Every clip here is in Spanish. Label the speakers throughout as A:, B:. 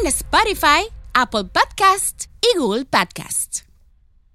A: en Spotify, Apple Podcast y Google Podcast.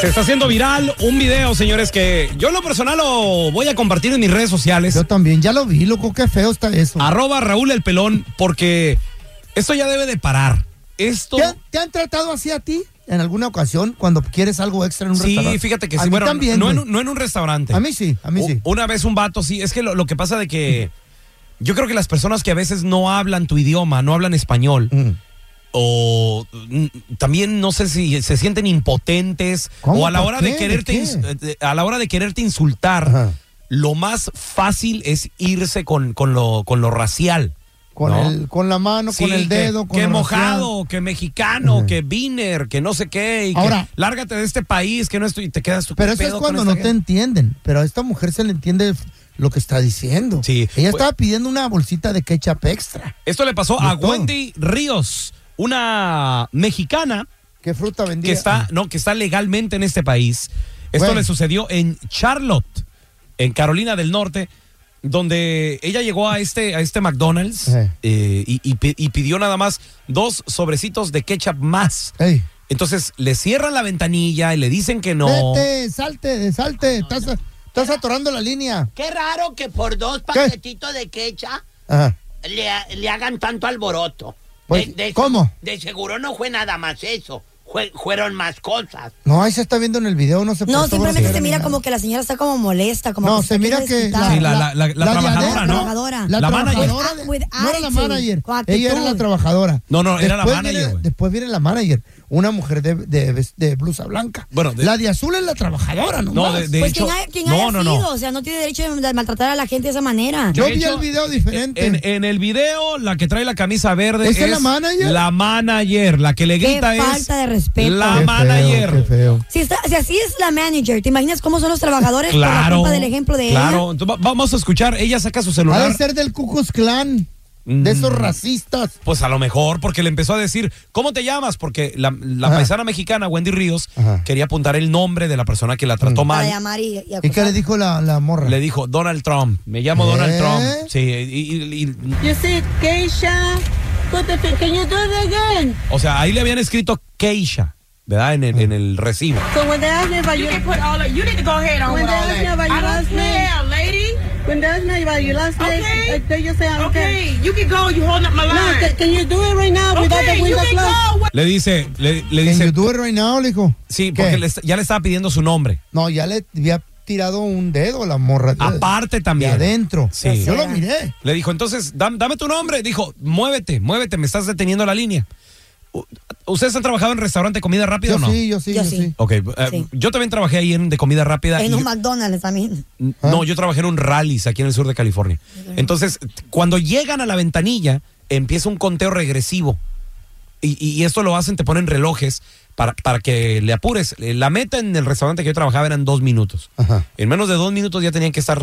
B: Se está haciendo viral un video, señores, que yo en lo personal lo voy a compartir en mis redes sociales.
C: Yo también ya lo vi, loco, qué feo está eso.
B: Arroba Raúl el Pelón, porque esto ya debe de parar. Esto.
C: ¿Te, han- te han tratado así a ti en alguna ocasión cuando quieres algo extra en un
B: Sí,
C: restaurante?
B: fíjate que
C: a
B: sí.
C: mí
B: bueno,
C: también,
B: no, en,
C: güey.
B: un- no en un restaurante.
C: A mí sí, a mí
B: U-
C: sí.
B: Una vez un vato, sí. Es que lo, lo que pasa de que. Yo creo que las personas que a veces no hablan tu idioma, no hablan español,
C: Mm.
B: o mm, también no sé si se sienten impotentes
C: ¿Cómo?
B: o a la
C: ¿Por
B: hora
C: qué?
B: de
C: ¿De
B: quererte
C: qué?
B: ins- eh, de- a la hora de quererte insultar
C: Ajá.
B: lo más fácil es irse con, con lo con lo racial
C: Con,
B: ¿no?
C: el, con la mano,
B: Sí,
C: con el
B: que-
C: dedo,
B: que,
C: con el
B: mojado, que mexicano,
C: Ajá.
B: que viner, que no sé qué, y que
C: Ahora-
B: lárgate de este país, que no estoy, y te quedas tú. ¿qué
C: Pero eso es
B: pedo
C: cuando
B: con
C: no
B: esta
C: te
B: gente?
C: entienden. Pero a esta mujer se le entiende lo que está diciendo.
B: Sí.
C: Ella
B: Pues-
C: estaba pidiendo una bolsita de ketchup extra.
B: Esto le pasó a
C: De todo.
B: Wendy Ríos, una mexicana
C: ¿Qué fruta vendía?
B: que está, no, que está legalmente en este país. Esto
C: Bueno.
B: le sucedió en Charlotte, en Carolina del Norte, donde ella llegó a este, a este McDonald's
C: Ajá.
B: eh, y, y pi- y pidió nada más dos sobrecitos de ketchup más.
C: Ey.
B: Entonces le cierran la ventanilla y le dicen que no.
C: Vete, salte, salte. estás, estás atorando la línea.
D: Qué raro que por dos paquetitos de quecha
C: Ajá.
D: le, ha- le hagan tanto alboroto.
C: Pues, ¿cómo?
D: De seguro no fue nada más eso. Fue- fueron más cosas.
C: No, ahí se está viendo en el video, no
E: No,
C: se prestó
E: simplemente
C: grosera
E: se
C: ni
E: mira
C: nada.
E: como que la señora está como molesta, como
C: No,
E: que
C: se
E: está
C: mira
E: queriendo
C: que
E: desquitar.
B: Sí, la- la- la- la trabajadora, ¿no?
E: trabajadora.
C: La,
B: La manager.
C: trabajadora.
E: With- with
C: no era la
E: attitude,
C: manager.
E: con actitud.
C: Ella era la trabajadora.
B: No, no, era la
C: Después
B: manager,
C: viene-
B: güey.
C: después viene la manager, una mujer de, de ves- de blusa blanca.
B: Bueno, de-
C: la de azul es la trabajadora, ¿no?
B: No, de- de
E: Pues
B: hecho.
E: quien haya, quien
B: no,
E: haya
B: no,
E: sido,
B: no.
E: o sea, no tiene derecho de de maltratar a la gente de esa manera.
C: Yo
B: De
C: vi
B: hecho,
C: el video diferente.
B: En, en el video, la que trae la camisa verde
C: ¿Esa es la manager?
B: La manager, la que le
E: Qué
B: grita es.
E: falta de respeto.
B: La
C: Qué feo,
B: manager.
C: qué feo.
E: Si, está- si así es la manager, ¿te imaginas cómo son los trabajadores por la
B: Claro.
E: culpa del ejemplo de
B: claro.
E: ella?
B: Entonces, va- vamos a escuchar. Ella saca su
C: Ha
B: celular.
C: de ser del Cucus Clan. De
B: Mm.
C: esos racistas.
B: Pues a lo mejor, porque le empezó a decir, ¿cómo te llamas? Porque la, la
C: Ajá.
B: paisana mexicana, Wendy Ríos,
C: Ajá.
B: quería apuntar el nombre de la persona que la trató
E: Mm. Para pues,
B: mal.
E: llamar y, y
C: ¿Y qué
E: acusar.
C: le dijo la, la morra?
B: Le dijo, Donald Trump. Me llamo
C: ¿Eh?
B: Donald Trump. Sí, y- y- y-
F: You said Keisha. What the fuck? Can you do it again?
B: o sea, ahí le habían escrito Keisha, ¿verdad? En el, en el recibo.
F: So when they ask me about you, can put all of, you need to go ahead on when
G: with all
F: they ask me about
G: that. I
F: your
G: don't
F: last name,
G: care,
F: lady.
G: When that's not about your last name,
F: Okay.
G: uh, then you say I don't care.
F: "Ah, Okay, you can go. You holding up my
G: No,
F: line.
G: ca- can you do it right now without
F: okay,
G: the
F: you
G: window
F: can
G: closed?
F: go.
B: Le dice, le, le
C: ¿En
B: dice,
C: YouTube right now? Le dijo.
B: sí,
C: ¿Qué?
B: porque le est- ya le estaba pidiendo su nombre.
C: No, ya le había tirado un dedo a la morra.
B: Aparte
C: De
B: también.
C: adentro.
B: Sí.
C: Yo lo miré.
B: Le dijo, entonces, dam- dame tu nombre. Dijo, muévete, muévete, me estás deteniendo la línea. U- ¿Ustedes han trabajado en restaurante de comida rápida
C: Yo
B: o no?
C: sí, yo sí, yo,
E: Yo
C: sí.
E: sí.
B: Ok, eh,
E: Sí.
B: yo también trabajé ahí en de comida rápida.
E: En
B: y-
E: un McDonald's también.
C: Ah.
B: no, yo trabajé en un rallies aquí en el sur de California. Entonces, t- cuando llegan a la ventanilla, empieza un conteo regresivo. Y, y esto lo hacen, te ponen relojes para, para que le apures. Eh, La meta en el
C: Ah.
B: restaurante que yo trabajaba eran dos minutos.
C: Ajá.
B: En menos de dos minutos ya tenían que estar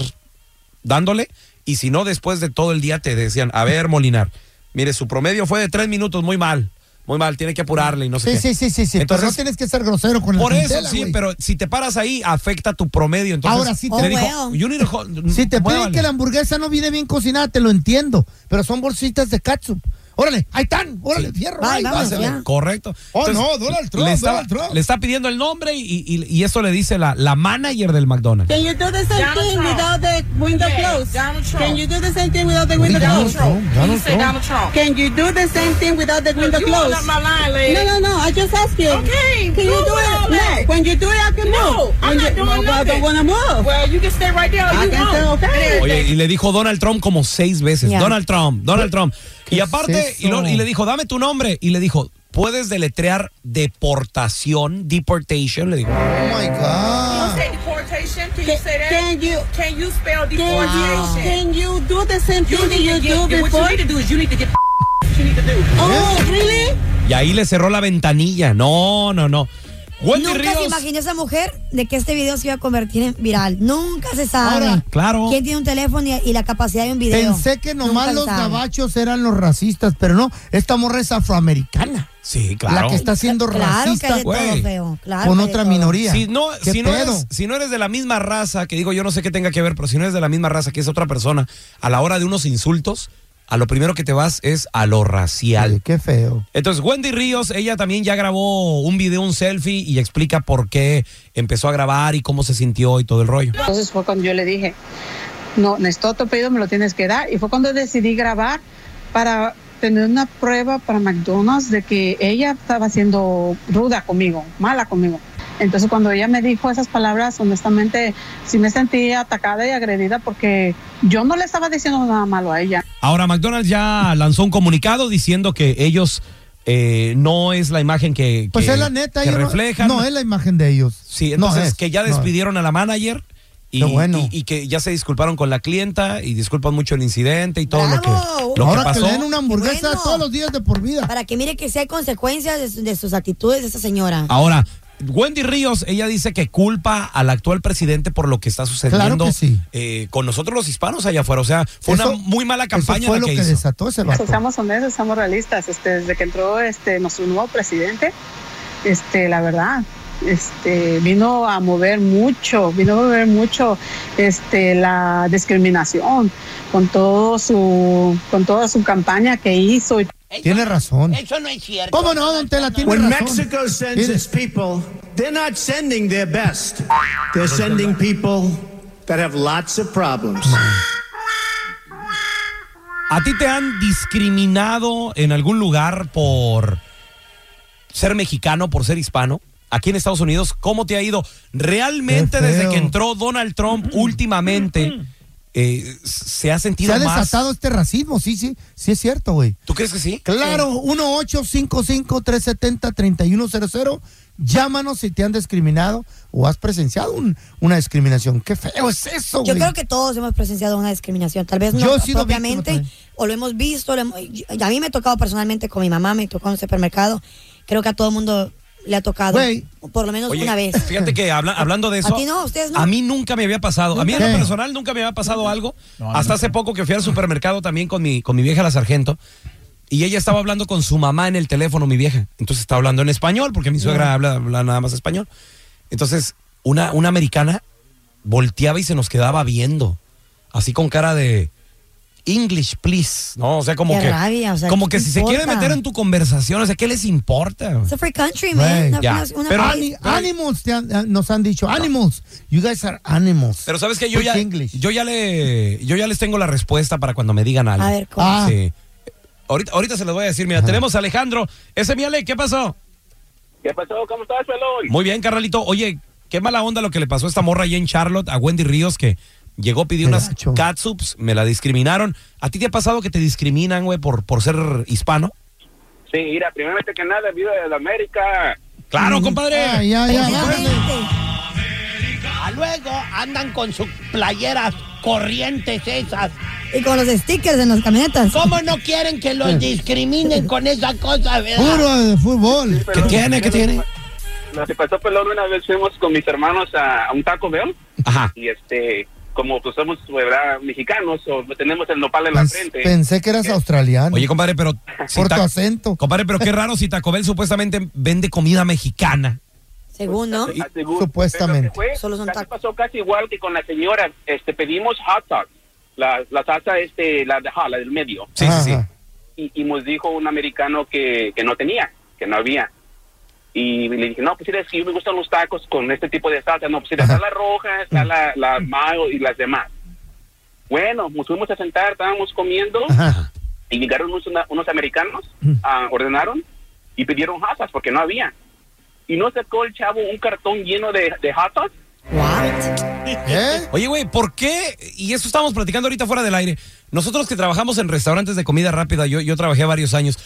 B: dándole Y si no, después de todo el día te decían, a ver, Molinar, mire, su promedio fue de tres minutos, muy mal, muy mal, tiene que apurarle y no sé
C: Sí,
B: qué.
C: sí, sí, sí, sí. pero no
B: Entonces,
C: tienes que ser grosero con el
B: por eso
C: clientela,
B: sí,
C: güey.
B: pero si te paras ahí, afecta tu promedio. Entonces,
C: Ahora sí te-
B: le
E: Oh,
B: dijo,
E: bueno.
B: "You need a ho-
C: Si te piden
B: muévale".
C: que la hamburguesa no viene bien cocinada, te lo entiendo. Pero son bolsitas de catsup. Órale, ahí están. Órale, fierro.
E: Bye,
C: ahí,
E: vámonos
C: pásale.
E: ya.
B: Correcto.
C: Oh, no, Donald Trump,
B: le está,
C: Donald Trump.
B: le está pidiendo el nombre y, y- y eso le dice la, la manager del McDonald's.
G: Can you do the same
F: Donald
G: thing
F: Trump.
G: without the window
F: Yeah,
G: closed?
F: Donald Trump.
G: Can you do the same thing without the window
C: Donald
G: closed?
C: Trump, Donald
F: he said
C: Trump.
F: Donald Trump.
G: Can you do the same thing without the window
F: you
G: closed?
F: on my line, lady.
G: No, no, no. I just asked you.
F: Okay,
G: Can
F: do
G: you do
F: all
G: it?
F: that.
G: No. When you do it, I can
F: No,
G: move.
F: I'm
G: When
F: not
G: you-
F: doing
G: well, I
F: nothing.
G: don't want to move.
F: Well, you can stay right there.
G: I
F: you
G: can
F: want.
G: stay, okay.
B: Oye, y le dijo Donald Trump como seis veces.
E: Ya.
B: Donald Trump, Donald Trump. Y
C: es
B: aparte, y, lo-
C: eso?
B: y le dijo, dame tu nombre. Y le dijo, ¿puedes deletrear deportación? Deportation, le dijo.
C: Oh my
F: Can
C: God.
F: you say deportation? Can you
G: Can-
F: say that?
G: can you-
F: Can you spell
G: Can you,
F: deportation?
G: can you do the same
F: You
G: thing that
F: need
G: you
F: to get-
G: do
F: what you
G: before?
F: need to do is you need to get what you need to do.
C: ¿Eh?
G: Oh, really?
B: Y ahí le cerró la ventanilla. No, no, no. Wendy
E: Nunca se
B: Ríos.
E: imaginó esa mujer de que este video se iba a convertir en viral. Nunca se sabe.
C: Ahora,
B: claro.
E: ¿Quién tiene un teléfono y, y la capacidad de un video?
C: Pensé que
E: Nunca
C: nomás
E: se
C: los
E: sabe.
C: gabachos eran los racistas, pero no. Esta morra es afroamericana.
B: Sí, claro.
C: La que está siendo
E: Claro que
C: racista
E: hay de todo
B: güey.
E: feo. Claro
C: con
E: que hay de
C: otra
E: todo.
C: minoría.
B: Si no,
C: ¿Qué
B: si, no eres,
C: pedo?
B: si no eres de la misma raza, que digo, yo no sé qué tenga que ver, pero si no eres de la misma raza que es otra persona, a la hora de unos insultos, a lo primero que te vas es a lo
C: Sí,
B: racial.
C: qué feo.
B: Entonces, Wendy Ríos, ella también ya grabó un video, un selfie, y explica por qué empezó a grabar y cómo se sintió y todo el rollo.
H: Entonces fue cuando yo le dije, no, necesito tu pedido, me lo tienes que dar. Y fue cuando decidí grabar para tener una prueba para McDonald's de que ella estaba siendo ruda conmigo, mala conmigo. Entonces cuando ella me dijo esas palabras, honestamente sí me sentí atacada y agredida porque yo no le estaba diciendo nada malo a ella.
B: Ahora, McDonald's ya lanzó un comunicado diciendo que ellos eh, no es la imagen que,
C: Pues
B: que-
C: es la neta.
B: que
C: ellos no-
B: reflejan.
C: No, es la imagen de ellos.
B: Sí,
C: No
B: entonces
C: es,
B: que ya
C: no es.
B: despidieron a la manager y,
C: Qué bueno.
B: y- y que ya se disculparon con la clienta y disculpan mucho el incidente y todo lo
E: ¡Bravo!
B: que, lo
C: Ahora
B: que pasó.
C: que le den una hamburguesa
E: Bueno.
C: todos los días de por vida.
E: Para que mire que si hay consecuencias de, su- de sus actitudes de esa señora.
B: Ahora, Wendy Ríos, ella dice que culpa al actual presidente por lo que está sucediendo
C: Claro que sí.
B: eh, con nosotros los hispanos allá afuera. O sea, fue
C: Eso-
B: una muy mala
C: Eso
B: campaña
C: fue
B: la
C: lo
B: que,
C: que,
B: hizo.
C: desató ese
H: Pues,
C: vato.
H: estamos honestos, estamos realistas. Este, desde que entró este nuestro nuevo presidente, este, la verdad, este, vino a mover mucho, vino a mover mucho este, la discriminación con todo su, con toda su campaña que hizo.
D: Eso-
C: Tiene razón.
D: Eso no es cierto.
C: ¿Cómo no, don Tela? Tiene
I: When
C: razón.
I: Mexico sends
C: Tiene-
I: its people, they're not sending their best. They're sending people that have lots of problems.
B: ¿A ti te han discriminado en algún lugar por ser mexicano, por ser hispano? Aquí en Estados Unidos, ¿cómo te ha ido? Realmente
C: Qué feo.
B: desde que entró Donald Trump últimamente, eh, se ha
C: Se
B: sentido
C: ha
B: más.
C: desatado este racismo, sí, sí, sí es cierto, güey.
B: ¿Tú crees que sí?
C: Claro, 1-855-370-3100. Llámanos si te han discriminado o has presenciado un- una discriminación. Qué feo es eso,
E: Yo
C: güey.
E: creo que todos hemos presenciado una discriminación. Tal vez no
C: Yo he sido
E: propiamente,
C: víctima
E: o lo hemos visto. lo hemos- y a mí me ha tocado personalmente con mi mamá, me tocó en un supermercado. Creo que a todo el mundo le ha tocado.
C: Güey.
E: Por lo menos
B: Oye,
E: una vez.
B: Fíjate que habla- hablando de eso.
E: ti no? ¿A ustedes no?
B: a mí nunca me había pasado. A mí en lo
C: ¿Qué?
B: personal nunca me había pasado algo. Hasta hace poco que fui al supermercado también con mi, con mi vieja, la sargento. Y ella estaba hablando con su mamá en el teléfono, mi vieja. Entonces estaba hablando en español, porque mi suegra habla, habla nada más español. Entonces, una, una americana volteaba y se nos quedaba viendo. Así con cara de. English, please. No, o sea, como
E: Qué
B: que.
E: rabia, o sea,
B: como que
E: ¿qué te
B: si se quiere
E: importa?
B: meter en tu conversación, o sea, ¿qué les importa? güey?
E: It's a free country,
C: Güey,
E: man. Una-
B: ya.
E: una- una-
B: Pero-
C: Ani- animals te han- eh, nos han dicho, animals. You guys are animals.
B: Pero sabes que yo
C: Speak
B: ya,
C: English.
B: yo ya le, yo ya les tengo la respuesta para cuando me digan algo.
E: A ver, ¿cómo?
C: Ah.
B: Sí. Ahorita, ahorita se los voy a decir. Mira, tenemos a Alejandro. Ese mi Ale, ¿qué pasó?
I: ¿Qué pasó? ¿Cómo estás, Pelón?
B: Muy bien, carnalito. Oye, qué mala onda lo que le pasó a esta morra allá en Charlotte, a Wendy Ríos, que llegó, pidió
C: Qué
B: unas
C: gacho.
B: catsups, me la discriminaron. ¿A ti te ha pasado que te discriminan, güey, por, por ser hispano?
I: Sí, mira, primeramente que nada, vivo de América.
B: ¡Claro, compadre!
C: Ay, ay, ay, órale.
D: Ah, Luego andan con sus playeras corrientes esas.
E: Y con los stickers en las camionetas.
D: ¿Cómo no quieren que los discriminen con esa cosa, verdad?
C: Puro de fútbol.
B: ¿Qué tiene? ¿Qué tiene?
I: Lo que pasó, Pelón, una vez fuimos con mis hermanos a, a un Taco Bell
B: Ajá.
I: y este
J: como pues somos ¿verdad? mexicanos o tenemos el nopal en la
C: Pens-
J: frente.
C: Pensé que eras australiano.
B: Eh. Oye, compadre, pero.
C: Por tu
B: Ta-
C: acento.
B: Compadre, pero qué raro si Taco Bell supuestamente vende comida mexicana.
E: Según, ¿no?
J: Pues,
B: Ah,
J: Según-
C: Supuestamente.
J: pero que fue, casi pasó casi igual que con la señora. Este, pedimos hot dogs, la, la salsa este, la de ja, la del medio.
B: Sí, sí, sí.
J: Y, y nos dijo un americano que, que no tenía, que no había. Y le dije, no, pues mira, es que yo me gustan los tacos con este tipo de salsa. No, pues mira, está la roja, está la, la
E: Mm.
J: mayo y las demás. Bueno, nos fuimos a sentar, estábamos comiendo y llegaron unos, una- unos americanos, ah, ordenaron y pidieron hot dogs porque no había. Y no sacó el chavo un cartón lleno de, de hot dogs.
C: ¿Eh?
B: Este, Oye, güey, ¿por qué? Y eso estábamos platicando ahorita fuera del aire. Nosotros que trabajamos en restaurantes de comida rápida, yo, yo trabajé varios años.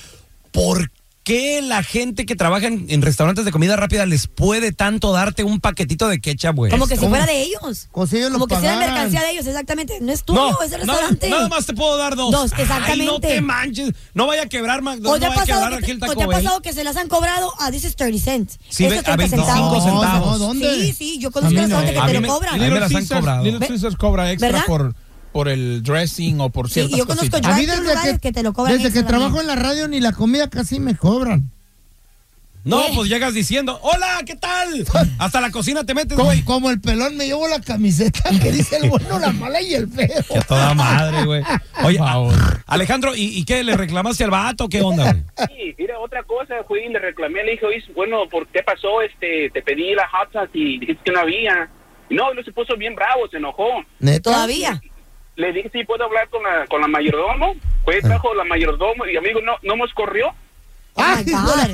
B: ¿Por qué la gente que trabaja en, en restaurantes de comida rápida les puede tanto darte un paquetito de ketchup, güey?
E: Como que si fuera de ellos.
C: Como si ellos
E: Como que sea
B: pagaran.
E: mercancía de ellos, exactamente. No es tuyo,
B: No,
E: es el
B: nada-
E: restaurante.
B: Nada, más te puedo dar dos.
E: Dos,
B: Ay, no
E: exactamente.
B: te manches. No vaya a quebrar, Mac, no
E: ¿O te, ha
B: vaya a
E: pasado
B: quebrar
E: que
B: aquí el
E: te,
B: Taco
E: o te ha
B: Bell.
E: pasado que se las han cobrado a this is 30 cents?
B: Sí,
E: Esto
B: ve-
E: es
B: a ver,
E: 30
B: no,
E: centavos.
B: centavos.
E: Sí, sí, yo conozco restaurantes que te lo cobran.
K: Little
E: Ve-
K: Caesars cobra extra
E: ¿Verdad?
K: por, por el dressing o por
E: Sí,
K: ciertas
E: y yo conozco
K: cositas.
E: yo hay otros lugares que te lo cobran
C: Desde que
E: extra
C: trabajo
E: también.
C: en la radio ni la comida casi me cobran.
B: No, pues llegas diciendo, hola, ¿qué tal? Hasta la cocina te metes,
C: Como,
B: güey.
C: como el pelón me llevo la camiseta que dice el bueno, la mala y el feo.
B: Que a toda madre, güey. Oye, a- Alejandro, ¿y, y qué? ¿Le reclamaste al vato? ¿Ququé onda, güey?
J: Sí, mira, otra cosa, fui y le reclamé, le dije, oye, bueno, ¿por qué pasó? Este, te pedí las hot dogs y dijiste que no había. Y no, él se puso bien bravo, se enojó.
E: Todavía.
J: Le dije, sí, puedo hablar con la, con la mayordomo. Fue, trajo la mayordomo y amigo, no, no nos corrió.
E: Oh my God.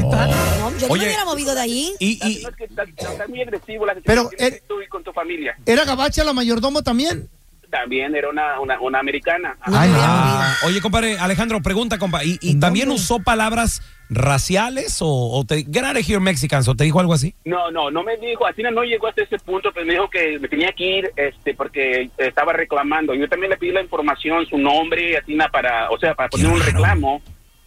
E: No, yo no
J: Oye,
E: me hubiera movido de ahí.
J: No, es que estás, estás muy agresivo la
C: Pero
J: situación que tú y con tu familia.
C: ¿Era gabacha la mayordomo también?
J: También era una, una, una americana.
B: Ah, oye, compadre, Alejandro, pregunta, compa. ¿Y, y también usó palabras raciales o, o te get out of here Mexicans o te dijo algo así?
J: No, no, no me dijo, al final no llegó hasta ese punto, pero me dijo que me tenía que ir este, porque estaba reclamando. Yo también le pedí la información, su nombre, así na, para, o sea, para poner un reclamo,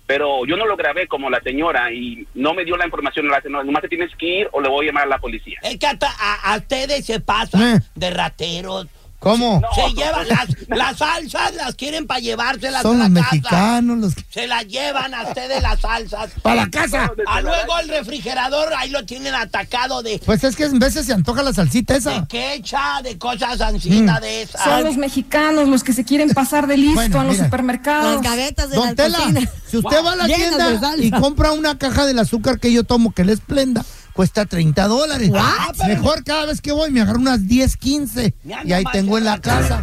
J: pero yo no lo grabé como la señora y no me dio la información, la señora, nomás te tienes que ir o le voy a llamar a la policía.
D: Es que hasta a, a ustedes se pasan de rateros.
C: Eh. ¿Cómo?
D: Se llevan las, las salsas, las quieren para llevárselas
C: Son
D: a
C: los
D: la casa.
C: mexicanos los que-
D: Se las llevan a ustedes las salsas.
C: Pa' la casa.
D: Ah, luego el refrigerador, ahí lo tienen atacado de
C: Pues es que a veces se antoja la salsita esa.
D: quecha, de cosas ancitas
C: Mm.
D: de esas.
L: Son los mexicanos los que se quieren pasar de listo
C: Bueno,
L: en los
C: mira.
L: supermercados.
C: Don Tela, si usted va a la tienda y compra una caja del azúcar que yo tomo, que le esplenda, cuesta 30 dólares.
D: What?
C: Mejor cada vez que voy me agarro unas 10, 15 y ahí tengo en la casa.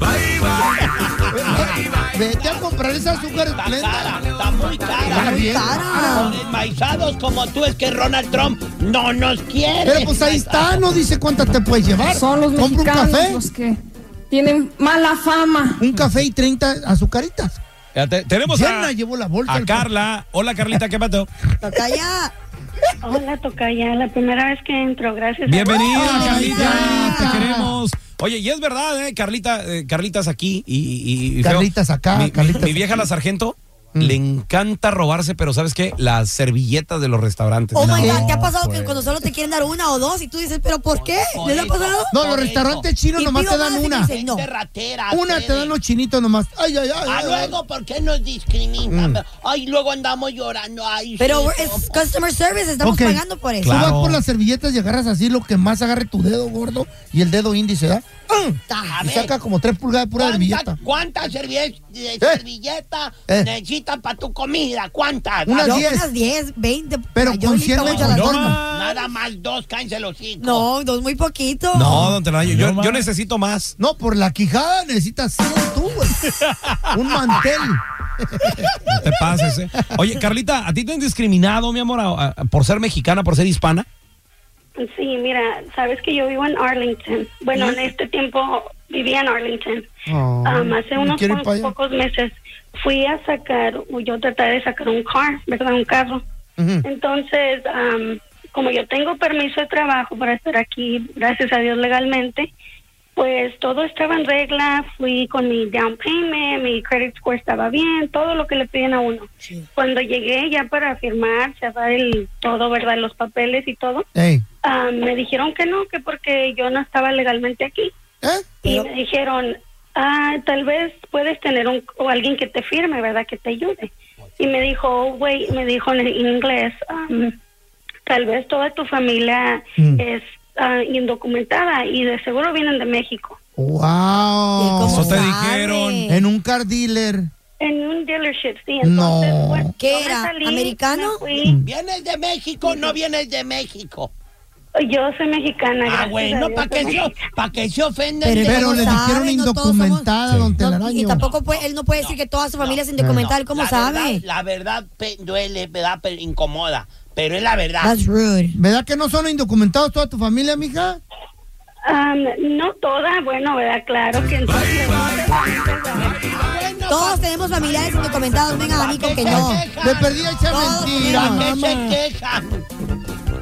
C: Vete a comprar ese azúcar esplenda.
D: Está muy cara.
C: Está bien.
D: Con enmaizados como tú es que Ronald Trump no nos quiere.
C: Pero pues ahí está, no dice cuántas te puedes llevar.
L: Son los
C: Compra un
L: mexicanos
C: café.
L: los que tienen mala fama.
C: Un café y 30 azucaritas.
B: Ya te- tenemos
C: Llena,
B: a,
C: llevo la bolsa.
B: a
C: al-
B: Carla. Hola, Carlita, ¿qué pasó?
E: Tocaya.
M: Hola, Tocaya. La primera vez que entro. Gracias.
B: Bienvenida,
M: a-
B: Carlita. Te queremos. Oye, y es verdad, ¿eh? Carlita, eh, Carlitas aquí y... y- y- y feo.
C: Carlitas acá,
B: Mi, mi-
C: Carlitas Mm.
B: mi vieja, la sargento, le encanta robarse, pero ¿sabes qué? Las servilletas de los restaurantes.
E: Oh my
B: No,
E: God, ¿te ha pasado
B: pues.
E: que cuando solo te quieren dar una o dos y tú dices, ¿pero por qué? ¿Les ha pasado?
C: No, los restaurantes chinos
E: Y
C: nomás
E: pido
C: te dan
E: más y me
C: una.
E: dicen, no.
C: Una te dan los chinitos nomás. Ay, ay, ay.
D: Ah,
C: ay, ay.
D: luego, ¿por qué nos discriminan?
C: Mm.
D: Ay, luego andamos llorando. Ay,
E: Pero
D: sí,
E: es
D: cómo.
E: customer service, estamos
C: Ok.
E: pagando por eso.
C: Tú vas por las servilletas y agarras así lo que más agarre tu dedo gordo y el dedo índice, ¿da?
D: A
C: Y
D: ver,
C: saca como tres pulgadas de pura servilleta.
D: ¿cuántas cuántas servilletas servilleta
C: Eh.
D: necesitas para tu comida? ¿Cuántas?
C: Unas
D: Yo-
C: diez.
E: Unas 10, 20.
C: Pero
E: ay, yo
C: con
E: ahorita
C: 100
E: voy a
C: metros
E: las
C: no
E: dos.
C: más.
D: Nada más dos, cállense los hijos.
E: No, dos muy poquito.
B: No, don Telaraño, yo, yo necesito más.
C: No, por la quijada necesitas cien tú, güey. Un mantel.
B: No te pases, ¿eh? Oye, Carlita, ¿a ti te han discriminado, mi amor, a- a- por ser mexicana, por ser hispana?
M: Sí, mira, sabes que yo vivo en Arlington. Bueno, en este tiempo vivía en Arlington.
C: ¿Mm? Oh,
M: Um, hace unos
C: ¿quiere ir
M: po-
C: pa' allá?
M: pocos meses fui a sacar, o yo traté de sacar un car, ¿verdad? Un carro. Entonces, am, como yo tengo permiso de trabajo para estar aquí, gracias a Dios legalmente, pues todo estaba en regla, fui con mi down payment, mi credit score estaba bien, todo lo que le piden a uno. Cuando llegué ya para firmar, cerrar el todo, ¿verdad? Los papeles y todo,
C: Ey.
M: ah, me dijeron que no, que porque yo no estaba legalmente aquí. Y me dijeron, ah, tal vez puedes tener un, o alguien que te firme, ¿verdad? Que te ayude. Y me dijo, oh, güey, me dijo en inglés, um, tal vez toda tu familia es ah, indocumentada y de seguro vienen de México.
C: ¡Wow!
M: Eso te dijeron.
C: En un car dealer.
M: En un dealership, sí.
C: No.
M: Entonces, bueno,
E: ¿Qué
M: yo me
E: era?
M: salí,
E: ¿Americano?
M: me fui.
D: ¿Vienes de México? ¿No vienes de México?
M: Yo soy mexicana.
D: Ah,
M: gracias a
D: bueno,
M: Dios,
D: ¿para qué,
M: soy
D: se- pa' que se ofenden?
C: Pero, le dijeron indocumentada, don Telaraño.
E: Y tampoco puede- él no puede decir que toda su familia es indocumentada. ¿Cómo
D: la
E: sabe?
D: Verdad, la verdad pe- duele, ¿verdad? Pero incomoda. Pero es la verdad.
C: ¿Verdad que no son indocumentados toda tu familia, mija?
M: Um, no toda, bueno, ¿verdad? Claro que no.
E: Todos tenemos familiares indocumentados. Venga, a mí con que no.
C: De perdida esa
E: Todos
C: mentira,
E: tenemos.
C: mamá.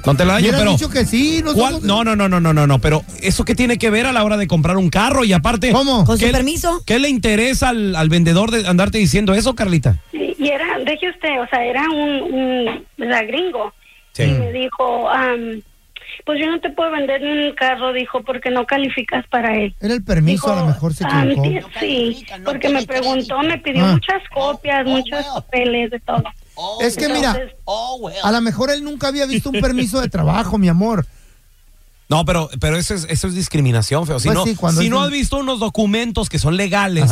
B: Don Telaraño,
C: Hubieran
B: pero.
C: dicho que sí, no
B: ¿cuál- No, no, no, no, no, no, no, pero ¿eso qué tiene que ver a la hora de comprar un carro? Y aparte. ¿Cómo?
E: ¿Con su permiso?
B: ¿Qué le interesa al, al vendedor de andarte diciendo eso, Carlita?
M: Y era, deje usted, o sea, era un, un ¿verdad? gringo.
B: Sí.
M: Y me dijo, am, pues yo no te puedo vender ni un carro, dijo, porque no calificas para él.
C: Era el permiso, a lo mejor se
M: Am,
C: equivocó.
M: sí, sí, porque me preguntó, me pidió
C: Ah.
M: muchas copias, muchos papeles, de todo.
C: Es que mira,
M: Entonces,
C: a lo mejor él nunca había visto un permiso de trabajo, mi amor.
B: No, pero, pero eso es, eso es discriminación, feo. Si
C: Pues
B: no,
C: sí, cuando
B: si
C: es
B: no
C: un-
B: has visto unos documentos que son legales,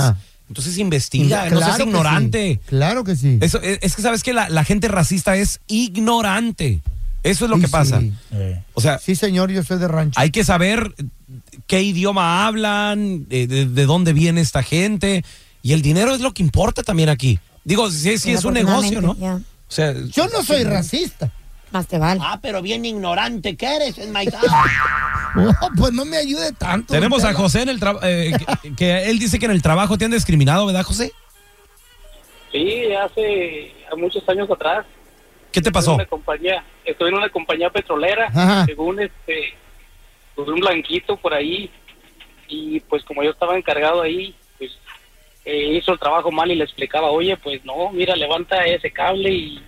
B: entonces investiga,
C: Ya,
B: no
C: claro
B: seas
C: que sí,
B: ignorante.
C: claro que sí.
B: Eso, e, es, es que sabes que la, la gente racista es ignorante. Eso es lo
C: Sí,
B: que pasa.
C: sí.
N: Eh.
B: O sea,
C: Sí, señor, yo soy de rancho.
B: hay que saber qué idioma hablan, eh, de, de dónde viene esta gente. Y el dinero es lo que importa también aquí. Digo, sí, sí es un negocio, ¿no?
E: Ya.
B: O sea,
C: Yo no soy racista.
E: Más te vale.
D: Ah, pero bien ignorante que eres, enmaizado.
C: pues no me ayude tanto.
B: Tenemos
C: don
B: a
C: Tela.
B: José en el tra- eh, que, que él dice que en el trabajo te han discriminado, ¿verdad, José?
O: Sí, hace muchos años atrás.
B: ¿Qué te
O: Estuve en
B: pasó?
O: una compañía, estuve en una compañía petrolera,
B: Ajá.
O: según este, pues, un blanquito por ahí, y pues como yo estaba encargado ahí, pues eh, hizo el trabajo mal y le explicaba, oye, pues no, mira, levanta ese cable y,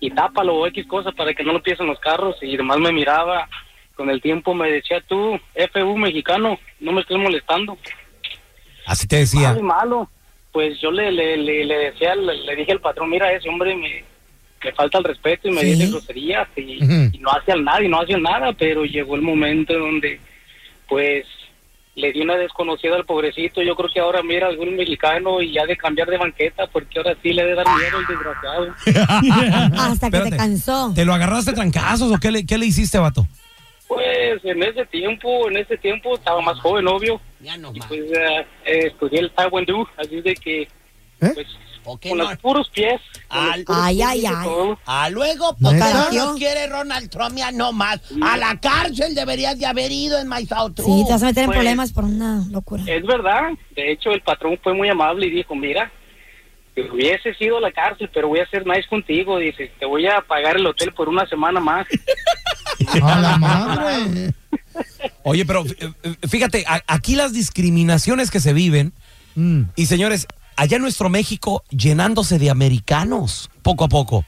O: y tápalo o X cosa para que no lo piensen los carros, y además me miraba, con el tiempo me decía, tú, FU mexicano, no me estés molestando.
B: Así te decía.
O: Malo, malo. Pues yo le, le, le, le decía, le, le dije al patrón, mira, ese hombre me, me falta el respeto y me dice groserías y,
P: Ujú.
O: y no hacía nada y no hacía nada, pero llegó el momento donde, pues, le di una desconocida al pobrecito. Yo creo que ahora mira algún mexicano y ha de cambiar de banqueta porque ahora sí le debe dar miedo el desgraciado.
E: Hasta que
B: Espérate.
E: te cansó.
B: ¿Te lo agarraste a trancazos o qué le, qué le hiciste, vato?
O: Pues en ese tiempo, en ese tiempo estaba más joven, obvio. Y pues eh, eh, estudié el Taekwondo, así es de que pues con los puros pies. con los puros
D: ay,
O: pies
D: ay,
O: hice
D: ay.
O: todo.
D: Ah, luego, porque
O: ¿Neta?
D: no nos quiere Ronald Trump ya no más. A la cárcel deberías de haber ido en tú.
E: Sí, te vas a meter en
O: Pues-
E: problemas por una locura.
O: Es verdad, de hecho el patrón fue muy amable y dijo, mira, que hubiese sido a la cárcel, pero voy a ser nice contigo, dice, te voy a pagar el hotel por una semana más.
B: Oye, pero eh, eh, fíjate, a- aquí las discriminaciones que se viven, y señores, allá en nuestro México llenándose de americanos, poco a poco.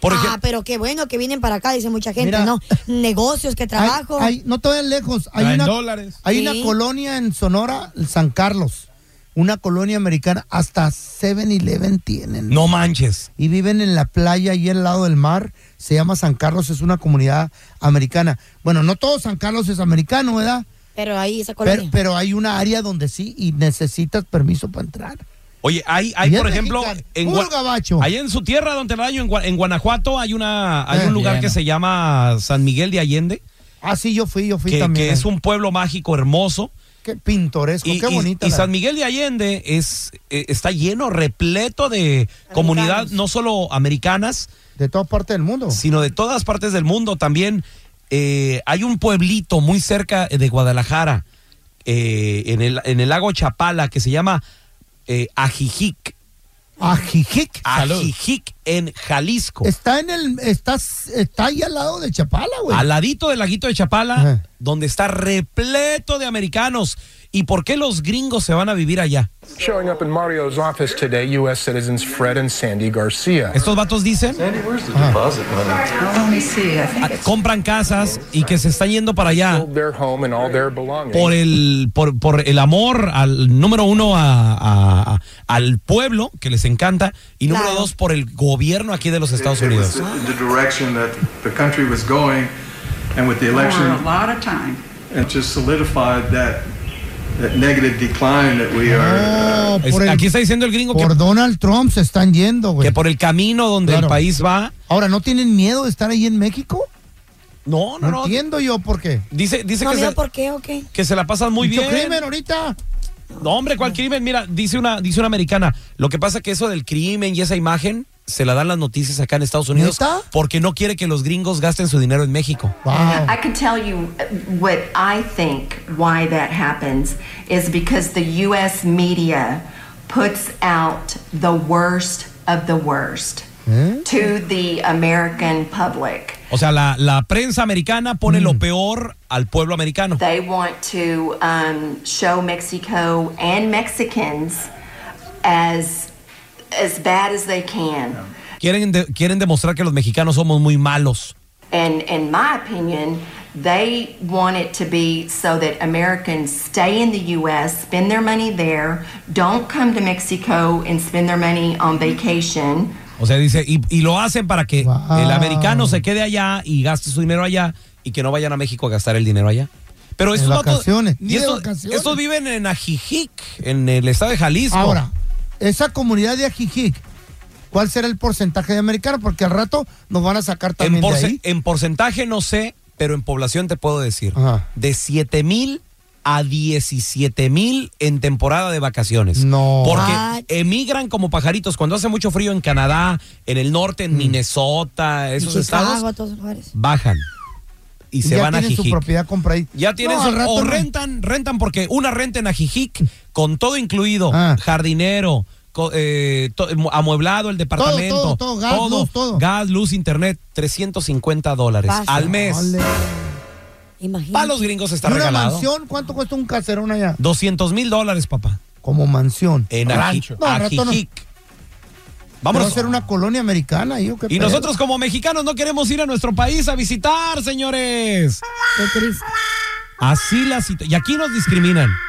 B: Por ejemplo,
E: Ah, pero qué bueno que vienen para acá, dice mucha gente,
C: Mira.
E: ¿no? Negocios, que trabajo.
C: Hay- no te vayas lejos. Hay
E: Ah, en
C: una,
E: dólares.
C: Hay
E: Sí.
C: una colonia en Sonora, San Carlos. Una colonia americana. Hasta 7-Eleven tienen.
B: no manches.
C: Y viven en la playa y al lado del mar. Se llama San Carlos, es una comunidad americana. Bueno, no todo San Carlos es americano, ¿verdad?
E: Pero ahí esa
C: Pero,
E: colonia.
C: pero hay una área donde sí y necesitas permiso para entrar.
B: Oye, hay, hay
C: Y es
B: por ejemplo,
C: mexicano,
B: en,
C: puro
B: Gua-
C: gabacho.
B: allá en su tierra, don Telaraño, en, Gua- en Guanajuato, hay, una, hay
C: Eh,
B: un lugar
C: bueno.
B: que se llama San Miguel de Allende,
C: Ah, sí, yo fui, yo fui
B: que,
C: también.
B: que es un pueblo mágico hermoso.
C: Qué pintoresco,
B: Y,
C: qué
B: y-
C: bonita.
B: y
C: la-
B: San Miguel de Allende es, eh, está lleno, repleto de comunidad, no solo americanas.
C: De toda parte del mundo.
B: Sino de todas partes del mundo también. eh, hay un pueblito muy cerca de Guadalajara, eh, en, el, en el lago Chapala, que se llama eh, Ajijic.
C: ¿Ajijic?
B: Ajijic en Jalisco.
C: Está en el, está, está ahí al lado de Chapala, güey.
B: Al ladito del laguito de Chapala, donde está repleto de americanos. ¿Y por qué los gringos se van a vivir allá?
N: Showing up in Mario's office today, U.S. citizens Fred and Sandy Garcia.
B: Estos vatos dicen Ajá. Ah, compran casas y que se están yendo para allá
N: Sold their home and all their belongings.
B: por el por, por el amor al número uno a, a- a- al pueblo que les encanta y número dos por el gobierno aquí de los Estados
Q: It was
B: Unidos.
Q: the the direction that the country was going, and with the election,
H: lot of time.
Q: it just solidified that, that negative decline that we are. uh,
C: No, Ah, por el-
B: Aquí está diciendo el gringo que
C: Por Donald Trump se están yendo, güey.
B: Que por el camino donde el país va.
C: Ahora, ¿no tienen miedo de estar ahí en México?
B: No, no, no.
C: entiendo yo por qué.
B: dice dice
E: no
B: que,
E: veo
B: se,
E: por qué o qué.
B: que se la pasan muy
C: Mucho
B: bien.
C: crimen ahorita.
B: No, hombre, ¿cuál crimen? Mira, dice una, dice una americana, lo que pasa que eso del crimen y esa imagen se la dan las noticias acá en Estados Unidos porque no quiere que los gringos gasten su dinero en México.
R: I can tell you what I think why that happens is because the U.S. media puts out the worst of the worst
C: ¿Eh?
R: to the American public.
B: O sea, la, la prensa americana pone
C: Mm.
B: lo peor al pueblo americano.
R: They want to um, show Mexico and Mexicans as as bad as they can.
B: Quieren, de- quieren demostrar que los mexicanos somos muy malos.
R: And in my opinion, they want it to be so that Americans stay in the U.S., spend their money there, don't come to Mexico and spend their money on vacation.
B: O sea, dice, y, y lo hacen para que el americano se quede allá y gaste su dinero allá y que no vayan a México a gastar el dinero allá. Pero
C: De
B: estos vatos-
C: vacaciones,
B: y
C: ni de
B: estos-
C: vacaciones.
B: estos viven en Ajijic, en el estado de Jalisco.
C: Ahora, esa comunidad de Ajijic, ¿cuál será el porcentaje de americanos? Porque al rato nos van a sacar
B: En,
C: también de
B: porce-
C: ahí.
B: en porcentaje no sé, pero en población te puedo decir. De 7 mil a 17 mil en temporada de vacaciones.
C: No.
B: Porque
C: What?
B: emigran como pajaritos. Cuando hace mucho frío en Canadá, en el norte,
C: Mm.
B: en Minnesota, esos
E: Chicago,
B: estados,
E: todos esos lugares.
B: bajan. Y se
C: ya
B: van a
C: tienen su
B: Jijic.
C: propiedad compra ahí.
B: Ya tienes
C: No, al rato
B: o
C: no.
B: rentan, rentan porque una renta en Ajijic con todo incluido,
C: Ah.
B: jardinero, co- eh, to- amueblado el departamento,
C: todo, todo, gas, luz, todo.
B: gas, luz, internet, 350 dólares
C: Pasa,
B: al mes.
C: ole.
B: Para los gringos está
C: ¿Y una
B: regalado.
C: mansión? ¿Cuánto cuesta un caserón allá?
B: 200 mil dólares, papá.
C: Como mansión.
B: En
C: Rancho.
B: Aji-
C: No, al rato no.
B: Ajijic.
C: Vamos a
B: Vámonos.
C: hacer una colonia americana. ahí, ¿o qué
B: Y
C: pedo?
B: nosotros como mexicanos no queremos ir a nuestro país a visitar, señores. Así la situ- Y aquí nos discriminan.